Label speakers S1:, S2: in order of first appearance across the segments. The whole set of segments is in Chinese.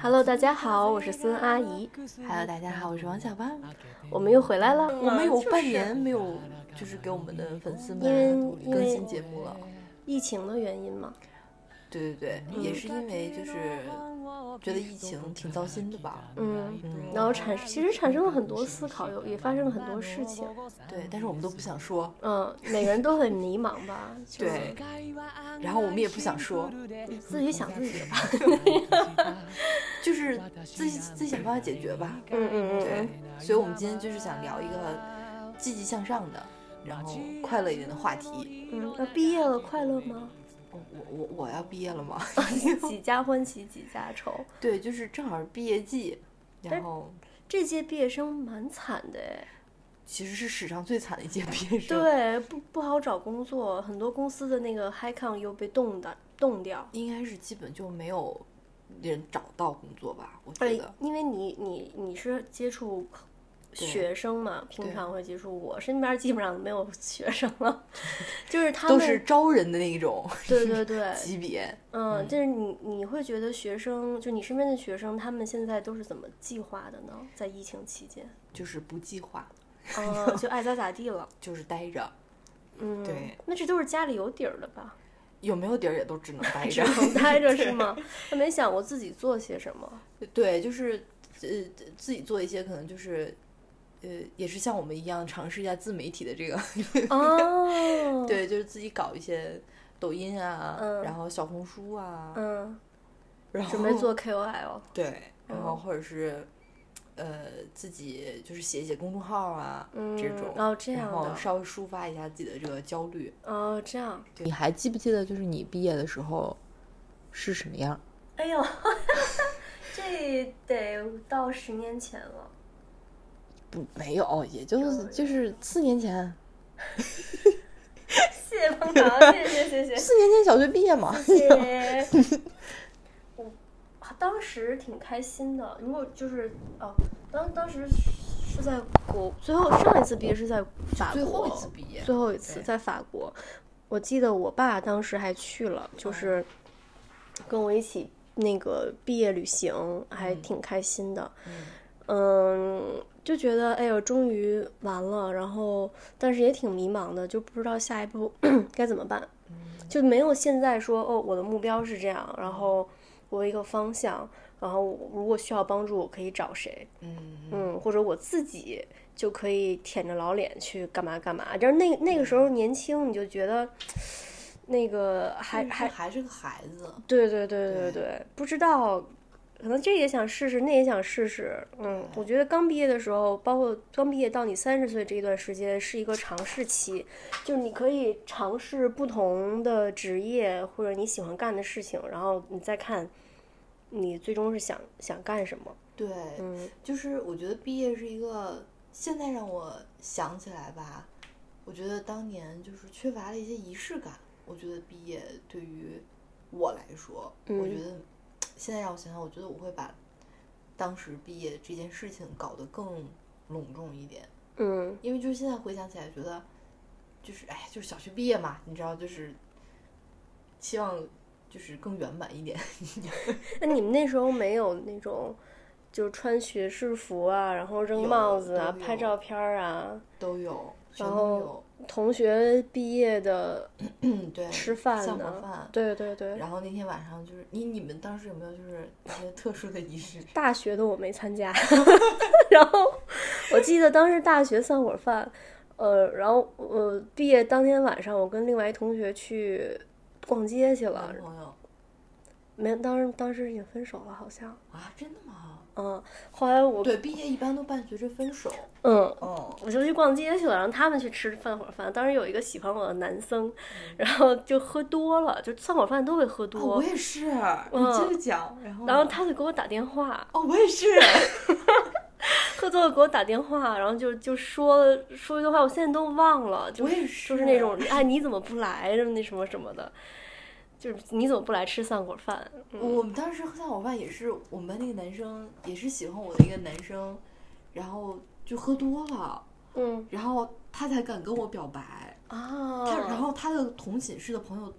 S1: Hello，大家好，我是孙阿姨。
S2: Hello，大家好，我是王小胖。
S1: 我们又回来了，
S2: 嗯我们有半年没有，就是给我们的粉丝们
S1: 因为
S2: 更新节目了。
S1: 疫情的原因嘛。
S2: 对对对，也是因为就是觉得疫情挺糟心的吧。
S1: 嗯，
S2: 嗯，
S1: 然后产其实产生了很多思考，有也发生了很多事情。
S2: 对，但是我们都不想说，
S1: 嗯，每个人都很迷茫吧，就是
S2: 对，然后我们也不想说，
S1: 自己想自己的吧。
S2: 就是自己自己想办法解决吧。
S1: 嗯嗯嗯
S2: 对，所以我们今天就是想聊一个积极向上的，然后快乐一点的话题。
S1: 嗯嗯。那毕业了快乐吗？
S2: 我我我我要毕业了吗？
S1: 几家欢喜几家愁。
S2: 对，就是正好是毕业季，然后
S1: 这届毕业生蛮惨的哎。
S2: 其实是史上最惨的一届毕业生。，
S1: 对，不不好找工作，很多公司的那个 h i c o n 又被冻的冻掉。
S2: 应该是基本就没有人找到工作吧？我
S1: 呃
S2: 觉得，，
S1: 因为你你你是接触
S2: 对
S1: 学生嘛，平
S2: 对
S1: 常会接触。我身边基本上没有学生 了，就是他们
S2: 都是招人的那一种
S1: 对对对，
S2: 级别。
S1: 嗯，就是你你会觉得学生，就你身边的学生，他们现在都是怎么计划的呢？在疫情期 间，
S2: 就是不计划，
S1: 嗯，就爱咋咋地 了。
S2: 就是待着，
S1: 嗯，
S2: 对，
S1: 那这都是家里有底儿的 吧？
S2: 有没有底儿也都 只能待
S1: 只
S2: 着。
S1: 能待着是吗？他没想过自己做些什么。
S2: 对，就是呃自己做一些可能就是。呃，也是像我们一样尝试一下自媒体的这个，
S1: 嗯哦，，
S2: 对，就是自己搞一些抖音啊，
S1: 嗯
S2: 然后小红书啊，
S1: 嗯，
S2: 然后
S1: 准备做 KOL，
S2: 对，然
S1: 嗯
S2: 后或者是呃自己就是写一写公众号啊、
S1: 嗯，
S2: 这种，
S1: 哦这
S2: 然
S1: 样
S2: 后
S1: 的，
S2: 稍微抒发一下自己的这个焦虑。
S1: 哦这样，
S2: 你还记不记得就是你毕业的时候是什么样？
S1: 哎呦，这得到十年前了。
S2: 不，没有，也就是就是四年前，
S1: 谢谢捧场，谢谢谢谢谢
S2: 四年前小学毕业嘛。
S1: 谢 谢。我当时挺开心的，如果就是哦，当当时是在国，最后上一次毕业是在法国，
S2: 最后一次毕业，
S1: 最后一次
S2: 对
S1: 在法国，我记得我爸当时还去了，就是跟我一起那个毕业旅行，还挺开心的。嗯，就觉得哎呦，终于完了，然后但是也挺迷茫的，就不知道下一步 该怎么办，就没有现在说哦，我的目标是这样，然后我有一个方向，然后我如果需要帮助，我可以找谁。
S2: 嗯，
S1: 嗯，或者我自己就可以舔着老脸去干嘛干嘛。就是那那个时候年轻，你就觉得那个还还
S2: 还是个孩子，
S1: 对对对对对，不知道，可能这也想试试，那也想试试。嗯，我觉得刚毕业的时候，包括刚毕业到你三十岁这一段时间，是一个尝试期，就是你可以尝试不同的职业或者你喜欢干的事情，然后你再看你最终是想想干什么。
S2: 对，
S1: 嗯
S2: 就是我觉得毕业是一个，现在让我想起来吧，我觉得当年就是缺乏了一些仪式感。我觉得毕业对于我来说，我
S1: 嗯
S2: 觉得现在让我想想，我觉得我会把当时毕业这件事情搞得更隆重一点，
S1: 嗯
S2: 因为就是现在回想起来，觉得就是哎，就是小学毕业嘛，你知道，就是希望就是更圆满一点。
S1: 那你们那时候没有那种，就是穿学士服啊，然后扔帽子啊，
S2: 都有
S1: 拍照片儿啊，
S2: 都有，全
S1: 然
S2: 都
S1: 后
S2: 有，
S1: 同学毕业的
S2: 嗯，对，
S1: 吃饭
S2: 散伙
S1: 呢、
S2: 饭，
S1: 对对对，
S2: 然后那天晚上就是你你们当时有没有就是一些特殊的仪 式？
S1: 大学的我没参加， 然后我记得当时大学散伙饭，呃，然后呃毕业当天晚上，我跟另外一同学去逛街去了
S2: 男，朋友
S1: 没有，当时当时已经分手了，好像，
S2: 啊，真的吗？
S1: 嗯，后来我
S2: 对，毕业一般都伴随着分手。
S1: 嗯
S2: 哦，
S1: 我就去逛街去了，然后他们去吃饭火饭。当时有一个喜欢我的男生，
S2: 嗯
S1: 然后就喝多了，就散伙饭都会喝
S2: 啊，
S1: 多。
S2: 我也是，你接着讲，然后
S1: 嗯然后他就给我打电话，
S2: 哦，我 也是，
S1: 喝多了给我打电话，然后就就说说一段话，我现在都忘了，就
S2: 我也
S1: 是
S2: 是
S1: 就是那 种哎你怎么不来什么那什么什么的，就是你怎么不来吃散伙饭？
S2: 我们当时散伙饭也是我们班那个男生也是喜欢我的一个男生，然后就喝多了，
S1: 嗯
S2: 然后他才敢跟我表白。
S1: 啊，
S2: 他然后他的同寝室的朋友，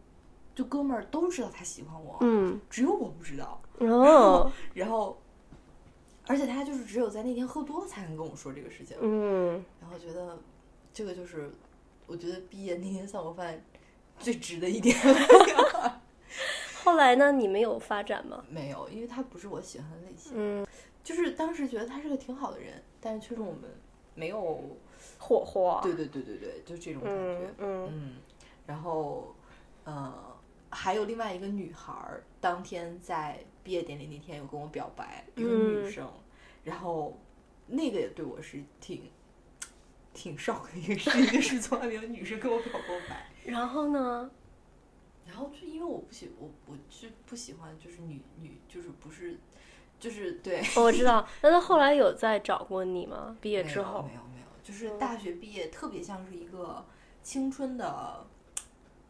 S2: 就哥们儿都知道他喜欢我，
S1: 嗯
S2: 只有我不知道。
S1: 哦
S2: 然后，而且他就是只有在那天喝多了才能跟我说这个事情。
S1: 嗯，
S2: 然后觉得这个就是，我觉得毕业那天散伙饭最值的一点
S1: 后来呢？你们有发展吗？
S2: 没有，因为他不是我喜欢的类型。
S1: 嗯，
S2: 就是当时觉得他是个挺好的人，但是确实我们没有，
S1: 火花。
S2: 对对对对对，就这种感觉
S1: 嗯。嗯
S2: 嗯，然后，呃，还有另外一个女孩儿，当天在毕业典礼那天有跟我表白，一个女
S1: 嗯
S2: 生，然后那个也对我是挺挺 shock 的一个事情，就是从来没有女生跟我表过白。
S1: 然后呢？
S2: 然后就因为我不喜我我就不喜欢就是女女就是不是就是对
S1: 哦我知道。那他后来有再找过你吗？毕业
S2: 没
S1: 之
S2: 有
S1: 后嗯
S2: 没，有没有，就是大学毕业特别像是一个青春的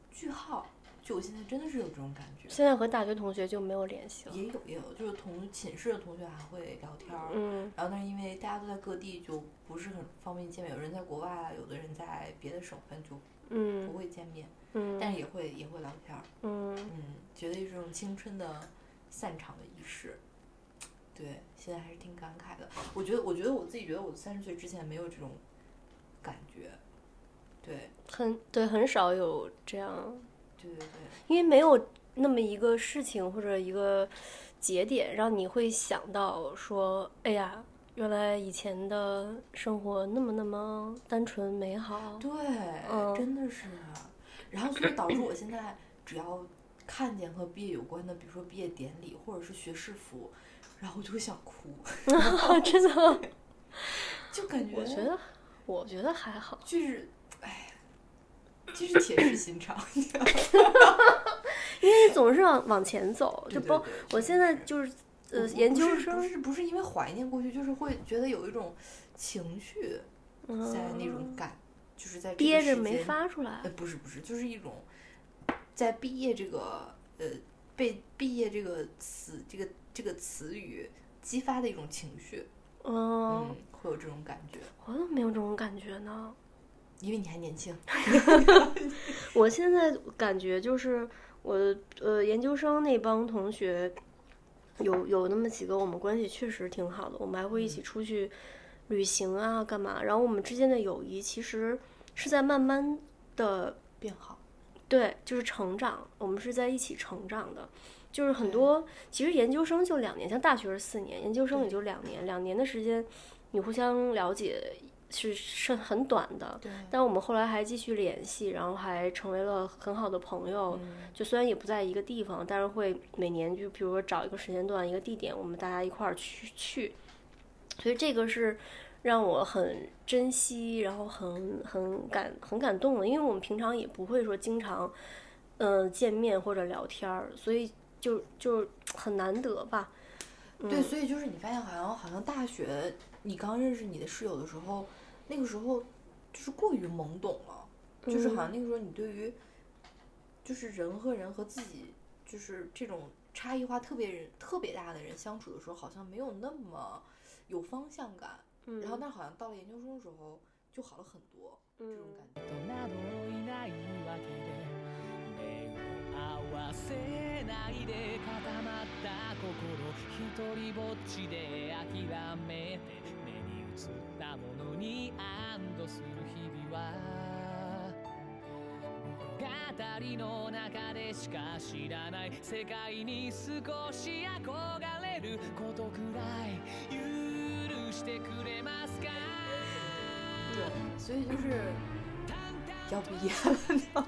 S2: 句号，就我现在真的是有这种感觉。
S1: 现在和大学同学就没有联系了。
S2: 也有也有，就是同寝室的同学还会聊天儿，
S1: 嗯
S2: 然后但是因为大家都在各地，就不是很方便见面。有人在国外啊，有的人在别的省份就不
S1: 嗯
S2: 会见面，但
S1: 嗯
S2: 是也会也会聊天儿。
S1: 嗯，
S2: 嗯，觉得是这种青春的散场的仪式。对，现在还是挺感慨的。我觉得，我觉得我自己觉得我三十岁之前没有这种感觉。对，
S1: 很对，很少有这样，
S2: 对对对，
S1: 因为没有那么一个事情或者一个节点，让你会想到说，哎呀。原来以前的生活那么那么单纯美 好，
S2: 对，
S1: 嗯
S2: 真的是。然后所以导致我现在只要看见和毕业有关的，比如说毕业典礼或者是学士服，然后我就会想哭，
S1: 真的，
S2: 就感觉
S1: 我觉得，我觉得还好。
S2: 就是，哎，就是铁石心 肠。
S1: 因为总是往往前走，就
S2: 对对
S1: 包
S2: 对
S1: 我
S2: 真
S1: 现
S2: 的
S1: 在
S2: 是
S1: 就是
S2: 我
S1: 呃
S2: 我
S1: 研
S2: 不
S1: 究
S2: 是不
S1: 生
S2: 是不是因为怀念过去，就是会觉得有一种情绪在那种
S1: 嗯
S2: 感，就是在这个
S1: 憋着
S2: 时
S1: 没
S2: 间
S1: 发出来
S2: 呃，，不是不是，就是一种在毕业这个呃被毕业这个词这个这个词语激发的一种情绪，
S1: 嗯
S2: 嗯，，会有这种感觉，
S1: 我怎么没有这种感觉呢？
S2: 因为你还年轻，
S1: 我现在感觉就是我的呃研究生那帮同学，有有那么几个我们关系确实挺好的，我们还会一起出去旅行啊干嘛，然后我们之间的友谊其实是在慢慢的
S2: 变好，
S1: 对，就是成长，我们是在一起成长的。就是很多，其实研究生就两年，像大学是四年，研究生也
S2: 对
S1: 就两年，两年的时间，你互相了解是是很短的。
S2: 对，
S1: 但我们后来还继续联系，然后还成为了很好的朋友。
S2: 嗯
S1: 就虽然也不在一个地方，但是会每年就比如说找一个时间段、一个地点，我们大家一块儿去去。所以这个是让我很珍惜，然后很很感很感动的，因为我们平常也不会说经常嗯、呃见面或者聊天儿，所以就就很难得吧。
S2: 对，所以就是你发现好像好像大学你刚认识你的室友的时候，那个时候就是过于懵懂了，就是
S1: 嗯
S2: 好像那个时候你对于就是人和人和自己就是这种差异化特别人特别大的人相处的时候，好像没有那么有方向感。
S1: 嗯
S2: 然后但好像到了研究生的时候就好了很多，
S1: 嗯
S2: 这种感觉。
S3: 人などいないわけで目を合わせないで固まった心一人ぼっちで諦めて目に映ったものに安堵する日々は物語の中でしか知らない世界に少し憧れることくらい許してくれますか
S2: 对，所以就是 要毕业 了。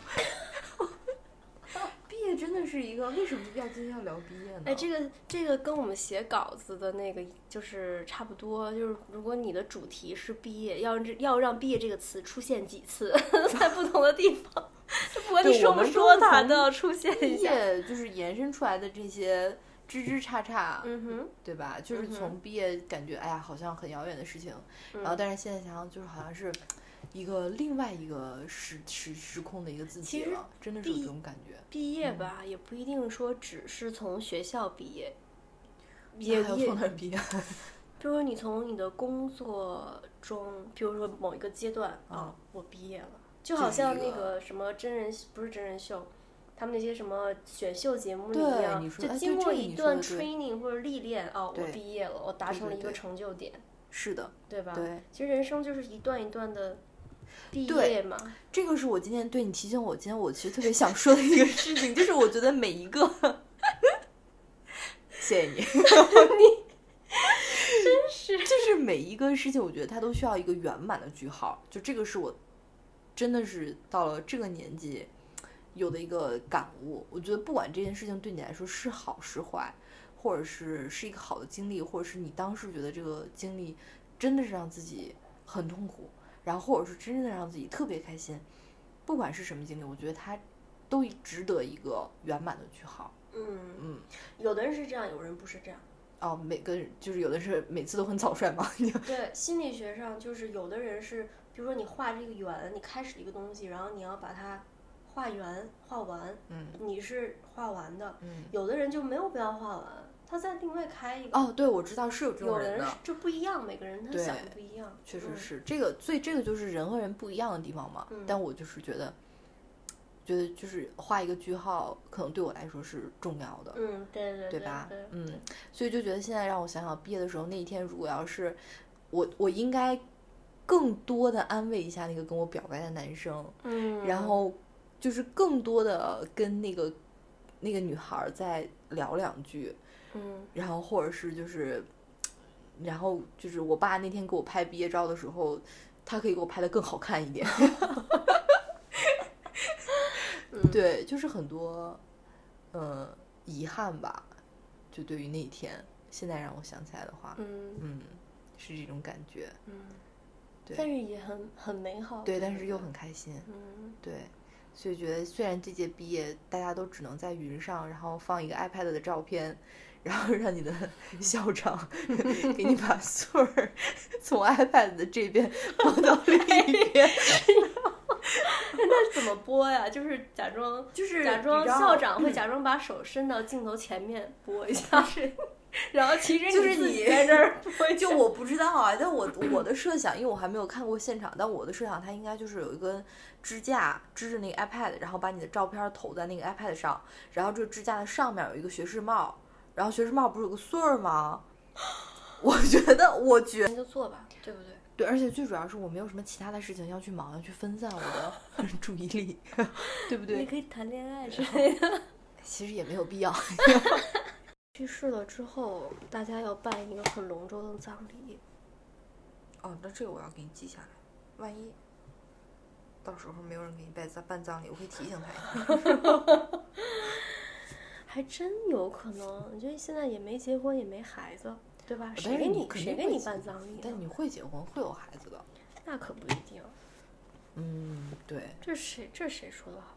S2: 毕业真的是一个为什么要今天要聊毕业呢？
S1: 哎，这个这个跟我们写稿子的那个就是差不多，就是如果你的主题是毕业，要让要让毕业这个词出现几次， 在不同的地方， 不管你
S2: 对
S1: 说
S2: 我
S1: 不
S2: 们
S1: 说
S2: 都
S1: 它，
S2: 从
S1: 都要出现一
S2: 毕
S1: 下。
S2: 业就是延伸出来的这些枝枝杈杈，
S1: 嗯哼，
S2: 对吧？就是
S1: 嗯哼
S2: 从毕业感觉哎呀好像很遥远的事情，然后
S1: 嗯
S2: 但是现在想想就是好像是一个另外一个时时时空的一个自己
S1: 其实
S2: 了，真的是有
S1: 毕
S2: 这种感觉。
S1: 毕业吧，
S2: 嗯
S1: 也不一定说只是从学校毕业，也
S2: 那 还有
S1: 也
S2: 从哪儿毕业？
S1: 就是说你从你的工作中，比如说某一个阶段啊、
S2: 嗯
S1: 我毕业了，就好
S2: 就是
S1: 像
S2: 一
S1: 那
S2: 个
S1: 个什么真人不是真人秀，他们那些什么选秀节目里
S2: 对
S1: 一样
S2: 你，说
S1: 就
S2: 哎
S1: 经
S2: 对
S1: 过
S2: 这个
S1: 一
S2: 你
S1: 段
S2: 说的对
S1: training 或者历练，哦，我
S2: 对
S1: 毕业了，我达
S2: 对
S1: 成了
S2: 对
S1: 一个
S2: 对
S1: 成就点，
S2: 是的，
S1: 对吧？
S2: 对，
S1: 其实人生就是一段一段的毕
S2: 对
S1: 业嘛，
S2: 这个是我今天对你提醒我，今天我其实特别想说的一个事情，就是我觉得每一个，谢谢你，你真
S1: 是，
S2: 就是每一个事情，我觉得它都需要一个圆满的句号。就这个是我真的是到了这个年纪有的一个感悟。我觉得不管这件事情对你来说是好是坏，或者是是一个好的经历，或者是你当时觉得这个经历真的是让自己很痛苦，然后或者是真的让自己特别开心，不管是什么经历，我觉得它都值得一个圆满的句号。
S1: 嗯，
S2: 嗯，
S1: 有的人是这样，有人不是这样。
S2: 哦，每个人就是有的是每次都很草率嘛， 你
S1: 对，心理学上就是有的人是，比如说你画这个圆，你开始一个东西，然后你要把它画圆、画完，
S2: 嗯
S1: 你是画完的。
S2: 嗯，
S1: 有的人就没有必要画完，他再另外开一个。
S2: 哦，对，我知道是有这
S1: 有
S2: 种
S1: 的
S2: 人
S1: 人
S2: 的
S1: 是，就不一样，每个人他
S2: 对
S1: 想的不一样。
S2: 确实
S1: 嗯。
S2: 是这个，所以这个就是人和人不一样的地方嘛。
S1: 嗯
S2: 但我就是觉得，觉得就是画一个句号，可能对我来说是重要的，
S1: 嗯，对对对
S2: 对吧？
S1: 对
S2: 嗯，所以就觉得现在让我想想，毕业的时候那一天，如果要是我，我应该更多的安慰一下那个跟我表白的男生，
S1: 嗯，
S2: 然后就是更多的跟那个那个女孩儿再聊两句，
S1: 嗯
S2: 然后或者是就是，然后就是我爸那天给我拍毕业照的时候，他可以给我拍的更好看一点。
S1: 嗯
S2: 对，就是很多，呃，遗憾吧，就对于那一天，现在让我想起来的话，
S1: 嗯
S2: 嗯，是这种感觉。
S1: 嗯，
S2: 对
S1: 但是也很很美好。
S2: 对，但是又很开心。
S1: 嗯
S2: 对，所以觉得虽然这届毕业大家都只能在云上，然后放一个 iPad 的照片，然后让 你的校长给你把穗儿从 iPad 的这边放到另一边，
S1: 那怎么播呀？就是假装，
S2: 就是
S1: 假
S2: 你
S1: 装
S2: 知道嗯
S1: 校长会假装把手伸到镜头前面播一 下， 然后其实
S2: 就是
S1: 自
S2: 你
S1: 己在这 儿播一下，
S2: 就我不知道啊，但我我的设想，因为我还没有看过现场，但我的设想它应该就是有一根支架支着那个 iPad，然后把你的照片投在那个 iPad 上，然后这个支架的上面有一个学士帽，然后学士帽不是有个穗儿吗？我觉得，我觉
S1: 就做吧，对不对？
S2: 对，而且最主要是我没有什么其他的事情要去忙，要去分散我的 注意力， 对不
S1: 你
S2: 对？
S1: 可以谈恋爱之类的。
S2: 其实也没有必要。
S1: 去世了之后，大家要办一个很隆重的葬礼。
S2: 哦，那这个我要给你记下来，万一到时候没有人给你办葬办葬礼，我会提醒他一下。
S1: 还真有可能，你觉得现在也没结婚，也没孩子，对吧？
S2: 哦但
S1: 谁
S2: 是
S1: 给
S2: 你
S1: 你
S2: 肯
S1: 谁
S2: 定
S1: 给
S2: 会
S1: 你
S2: 结
S1: 办葬礼
S2: 但
S1: 呢？
S2: 你会结婚，会有孩子的。
S1: 那可不一定，
S2: 嗯，对，
S1: 这谁这谁说的好？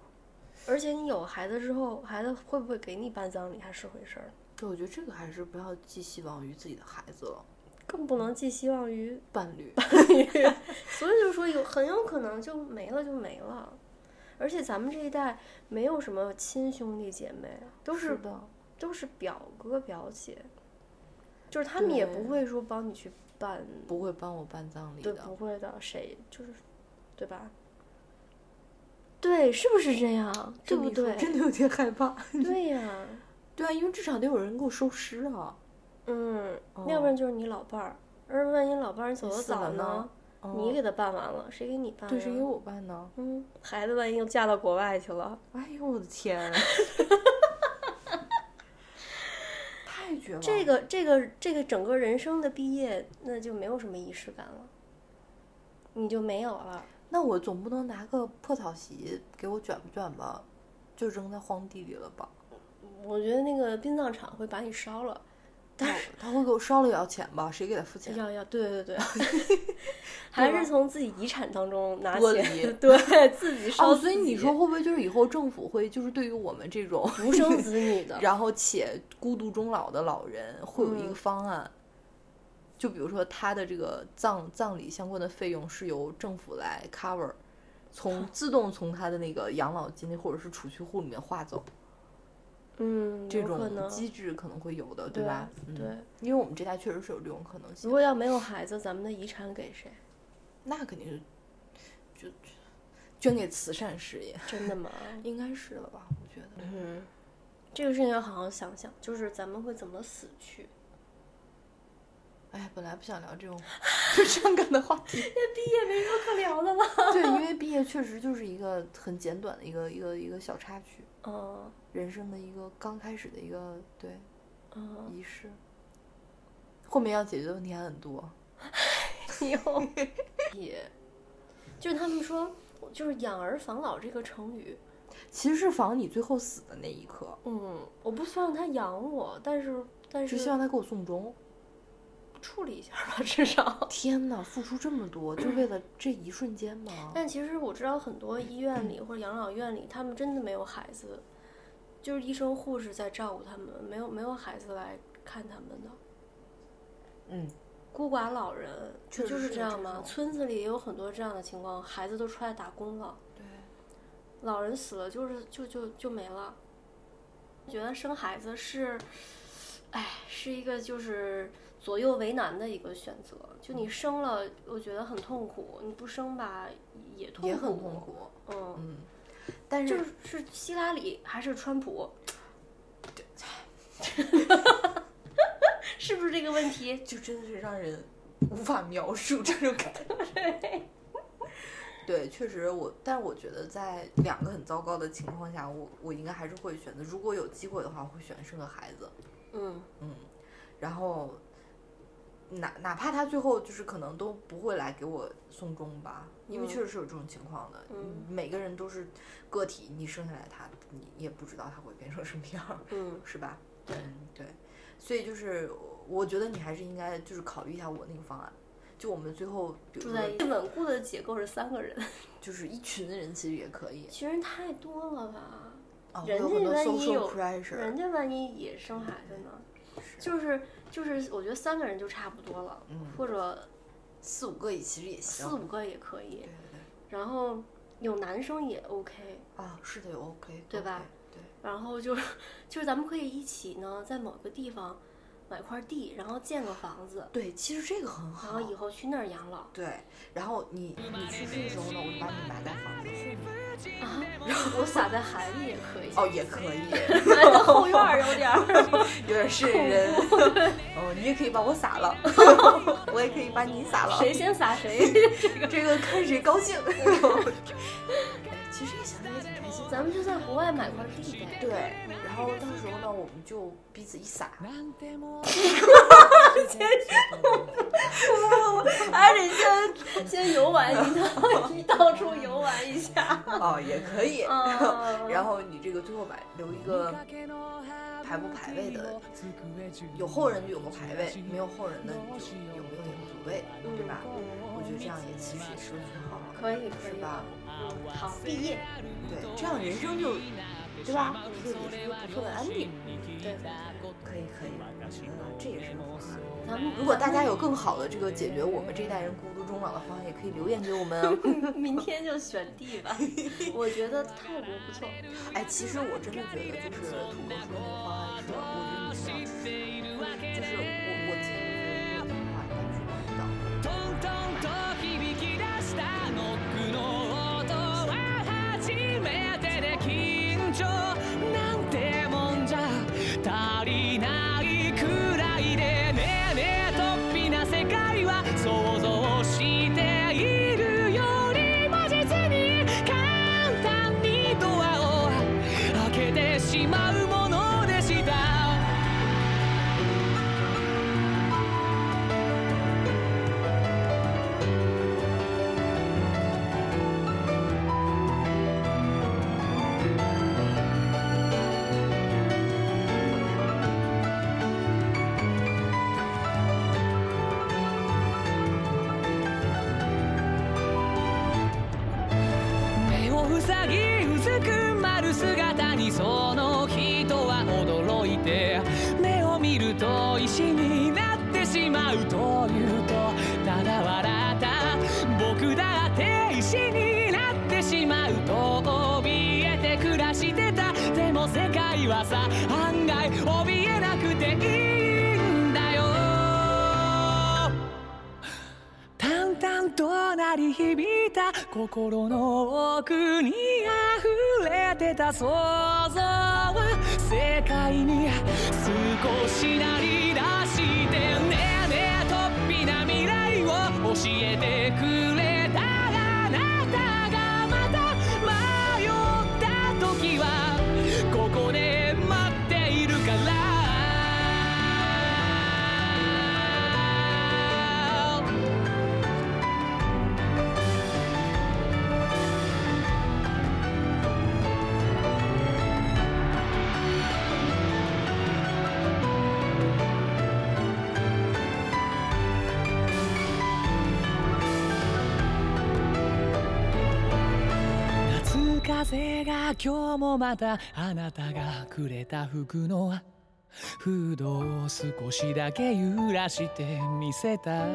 S1: 而且你有孩子之后，孩子会不会给你办葬礼还是回事儿，
S2: 对，我觉得这个还是不要寄希望于自己的孩子了，
S1: 更不能寄希望于
S2: 伴 侣。
S1: 所以就说有很有可能就没了就没了，而且咱们这一代没有什么亲兄弟姐妹，啊都是
S2: 的，
S1: 都是表哥表姐，就是他们也
S2: 对
S1: 不会说帮你去办，
S2: 不会帮我办葬礼
S1: 对，
S2: 的
S1: 不。会的，谁就是，对吧？对，是不是这样？对
S2: 这么
S1: 不
S2: 一说
S1: 对？
S2: 真的有点害怕。
S1: 对呀、
S2: 对啊，因为至少得有人给我收尸啊。
S1: 嗯，
S2: 哦
S1: 要不然就是你老伴儿，而万一老伴儿走得
S2: 死了
S1: 早
S2: 呢
S1: 你
S2: 哦
S1: 给他办完了，谁给你办呀？
S2: 对谁给我办呢？
S1: 嗯，孩子万一又嫁到国外去了。
S2: 哎呦我的天！ 太绝望了。
S1: 这个这个这个整个人生的毕业，那就没有什么仪式感了，你就没有了。
S2: 那我总不能拿个破草席给我卷不卷吧，就扔在荒地里了吧？
S1: 我觉得那个殡葬场会把你烧了，
S2: 他他会给我烧了也要钱吧？谁给他付钱？
S1: 要要，对 对对，还是从自己遗产当中拿
S2: 剥
S1: 钱
S2: 离，
S1: 对自己烧
S2: 哦，
S1: 自己、
S2: 所以你说会不会就是以后政府会就是对于我们这种
S1: 独生子女 的，
S2: 然后且孤独终老的老人会有一个
S1: 嗯
S2: 方案？就比如说他的这个葬葬礼相关的费用是由政府来 cover，从 自动从他的那个养老金或者是储蓄户里面划走，
S1: 嗯，
S2: 这
S1: 有可
S2: 种
S1: 能
S2: 机制可能会有的，
S1: 对啊
S2: 吧？嗯
S1: 对，
S2: 因为我们这代确实是有这种可能
S1: 如
S2: 性，
S1: 果要没有孩子，咱们的遗产给谁？
S2: 那肯定是就捐给慈善事业，
S1: 真的吗？
S2: 应该是了吧？我觉得，
S1: 嗯，这个事情要好好想想，就是咱们会怎么死去。
S2: 哎，本来不想聊这 种就伤感的话题，
S1: 那毕业没什么可聊的了。
S2: 对，因为毕业确实就是一个很简短的一个一个一个小插曲，
S1: 嗯
S2: 人生的一个刚开始的一个对
S1: 嗯，
S2: 仪式，后面要解决的问题还很多。哦
S1: 有 也，就是他们说，就是“养儿防老”这个成语，
S2: 其实是防你最后死的那一刻，
S1: 嗯，我不希望他养我，但是但
S2: 只
S1: 是
S2: 希望他给我送终。
S1: 处理一下吧，至 少。
S2: 天哪，付出这么多，就为了这一瞬间吗？
S1: 但其实我知道很多医院里或者养老院里，他们真的没有孩子，就是医生护士在照顾他们，没有没有孩子来看他们的。
S2: 嗯，
S1: 孤寡老人
S2: 确
S1: 就就
S2: 实
S1: 是是这样嘛
S2: 有这种，
S1: 村子里也有很多这样的情况，孩子都出来打工了，
S2: 对，
S1: 老人死了就是就就就没了。觉得生孩子是，哎，是一个就是左右为难的一个选择。就
S2: 嗯
S1: 你生了，我觉得很痛苦；你不生吧，也痛苦。
S2: 也很痛苦。
S1: 嗯，
S2: 嗯，但
S1: 就是是是希拉里还是川普？ 是不是这个问题？
S2: 就真的是让人无法描述这种感觉。对，确实我，但是我觉得在两个很糟糕的情况下，我我应该还是会选择，如果有机会的话，我会选生个孩子。
S1: 嗯
S2: 嗯，然后哪哪怕他最后就是可能都不会来给我送终吧，因为
S1: 嗯
S2: 确实是有这种情况的。
S1: 嗯
S2: 每个人都是个体，你生下来他，你也不知道他会变成什么样儿，
S1: 嗯
S2: 是吧？
S1: 对
S2: 嗯对，所以就是我觉得你还是应该就是考虑一下我那个方案。就我们最后，比如
S1: 住
S2: 说
S1: 在一起稳固的结构是三个人，
S2: 就是一群人，其实也可以。
S1: 其实太多了吧？
S2: 啊，会
S1: 人
S2: 有
S1: 家
S2: 很多
S1: 万一
S2: social
S1: 有
S2: pressure，
S1: 人家万一也生孩子呢？就是就是，我觉得三个人就差不多了，
S2: 嗯
S1: 或者
S2: 四五个也其实也行。
S1: 四五个也可以
S2: 对。对对
S1: 然后有男生也 OK，
S2: 啊，是的，OK，
S1: 对吧？
S2: 对，
S1: 然后就是就是咱们可以一起呢，在某个地方买块地，然后建个房子，
S2: 对，其实这个很
S1: 然
S2: 好。
S1: 后以后去那儿养老。
S2: 对，然后你你去世的时候呢，我就把你埋在房子 里。
S1: 啊，然后我撒在海里也可以，
S2: 哦，也可 以，
S1: 埋 到后院儿有点儿。
S2: 有点瘆人。 哦，你也可以把我撒 了，我也可以把你撒了。
S1: 谁先撒谁。
S2: 这个看谁高 兴。哎其实想想也挺开心的。
S1: 咱们就在国外买块地呗。
S2: 对，然后到时候呢，我们就彼此一撒。
S3: なんでも
S1: 哎，得先先游玩一趟， 一到处游玩一下。
S2: 哦，也可 以。
S1: 嗯
S2: 然后你这个最后把留一个排不排位的，有后人就有个排位，没有后人的你就有没有也无所谓，对吧？我觉得这样也其实也是挺好的，
S1: 可以可
S2: 是
S1: 以
S2: 吧？
S1: 嗯，好，毕业。
S2: 对，这样人生就，对吧？就也是一个不错的 ending。
S1: 对，
S2: 可以可以，我觉得这也是个方案。
S1: 咱们
S2: 如果大家有更好的这个解决我们这一代人孤独终老的方案，也可以留言给我们哦。
S1: 明天就选地吧。 我觉得泰国不错。
S2: 哎，其实我真的觉得就是土狗说那个方案是，我真的挺想支持他的，就是我我今天觉得这个计划应该去关岛。
S3: トントンと響き出したノックの音は初めてで緊張なんてもんじゃ足りないくらいでねえねえ突飛な世界は想像しているよりも実に簡単にドアを開けてしまうものでした目をふさぎうずくまる姿にその人は驚いて目を見ると石になってしまうというとただ笑った僕だって石になってしまうと怯えて暮らしてたでも世界はさ案外怯えなくていいんだよ淡々と流鳴り響いた心の奥に溢れてた想像は世界に少しなり出してねえねえとっぴな未来を教えてくれたらあなたがまた迷った時はここで待っているから夏風が今日もまたあなたがくれた服のフードを少しだけ揺らしてみせた